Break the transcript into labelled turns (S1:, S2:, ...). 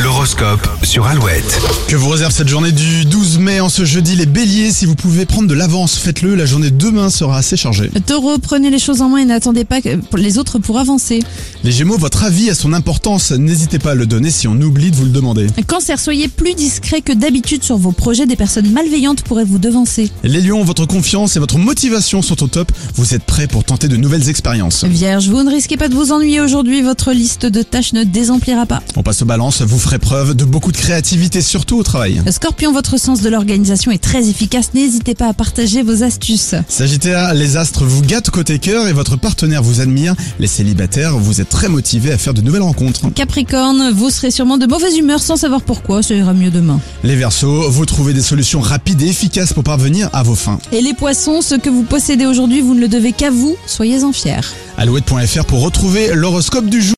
S1: l'horoscope sur Alouette.
S2: Que vous réserve cette journée du 12 mai en ce jeudi les béliers, si vous pouvez prendre de l'avance, faites-le, la journée de demain sera assez chargée.
S3: Taureau, prenez les choses en main et n'attendez pas que- pour les autres pour avancer.
S2: Les gémeaux, votre avis a son importance, n'hésitez pas à le donner si on oublie de vous le demander.
S3: Cancer, soyez plus discret que d'habitude sur vos projets, des personnes malveillantes pourraient vous devancer.
S2: Les lions, votre confiance et votre motivation sont au top, vous êtes prêts pour tenter de nouvelles expériences.
S3: Vierge, vous ne risquez pas de vous ennuyer aujourd'hui, votre liste de tâches ne désemplira pas.
S2: On passe aux balances, vous ferez preuve de beaucoup de créativité, surtout au travail.
S3: Scorpion, votre sens de l'organisation est très efficace, n'hésitez pas à partager vos astuces.
S2: Sagittaire, les astres vous gâtent côté cœur et votre partenaire vous admire. Les célibataires, vous êtes très motivés à faire de nouvelles rencontres.
S3: Capricorne, vous serez sûrement de mauvaise humeur sans savoir pourquoi, ça ira mieux demain.
S2: Les Verseaux, vous trouvez des solutions rapides et efficaces pour parvenir à vos fins.
S3: Et les poissons, ce que vous possédez aujourd'hui, vous ne le devez qu'à vous, soyez-en fiers.
S2: Alouette.fr pour retrouver l'horoscope du jour.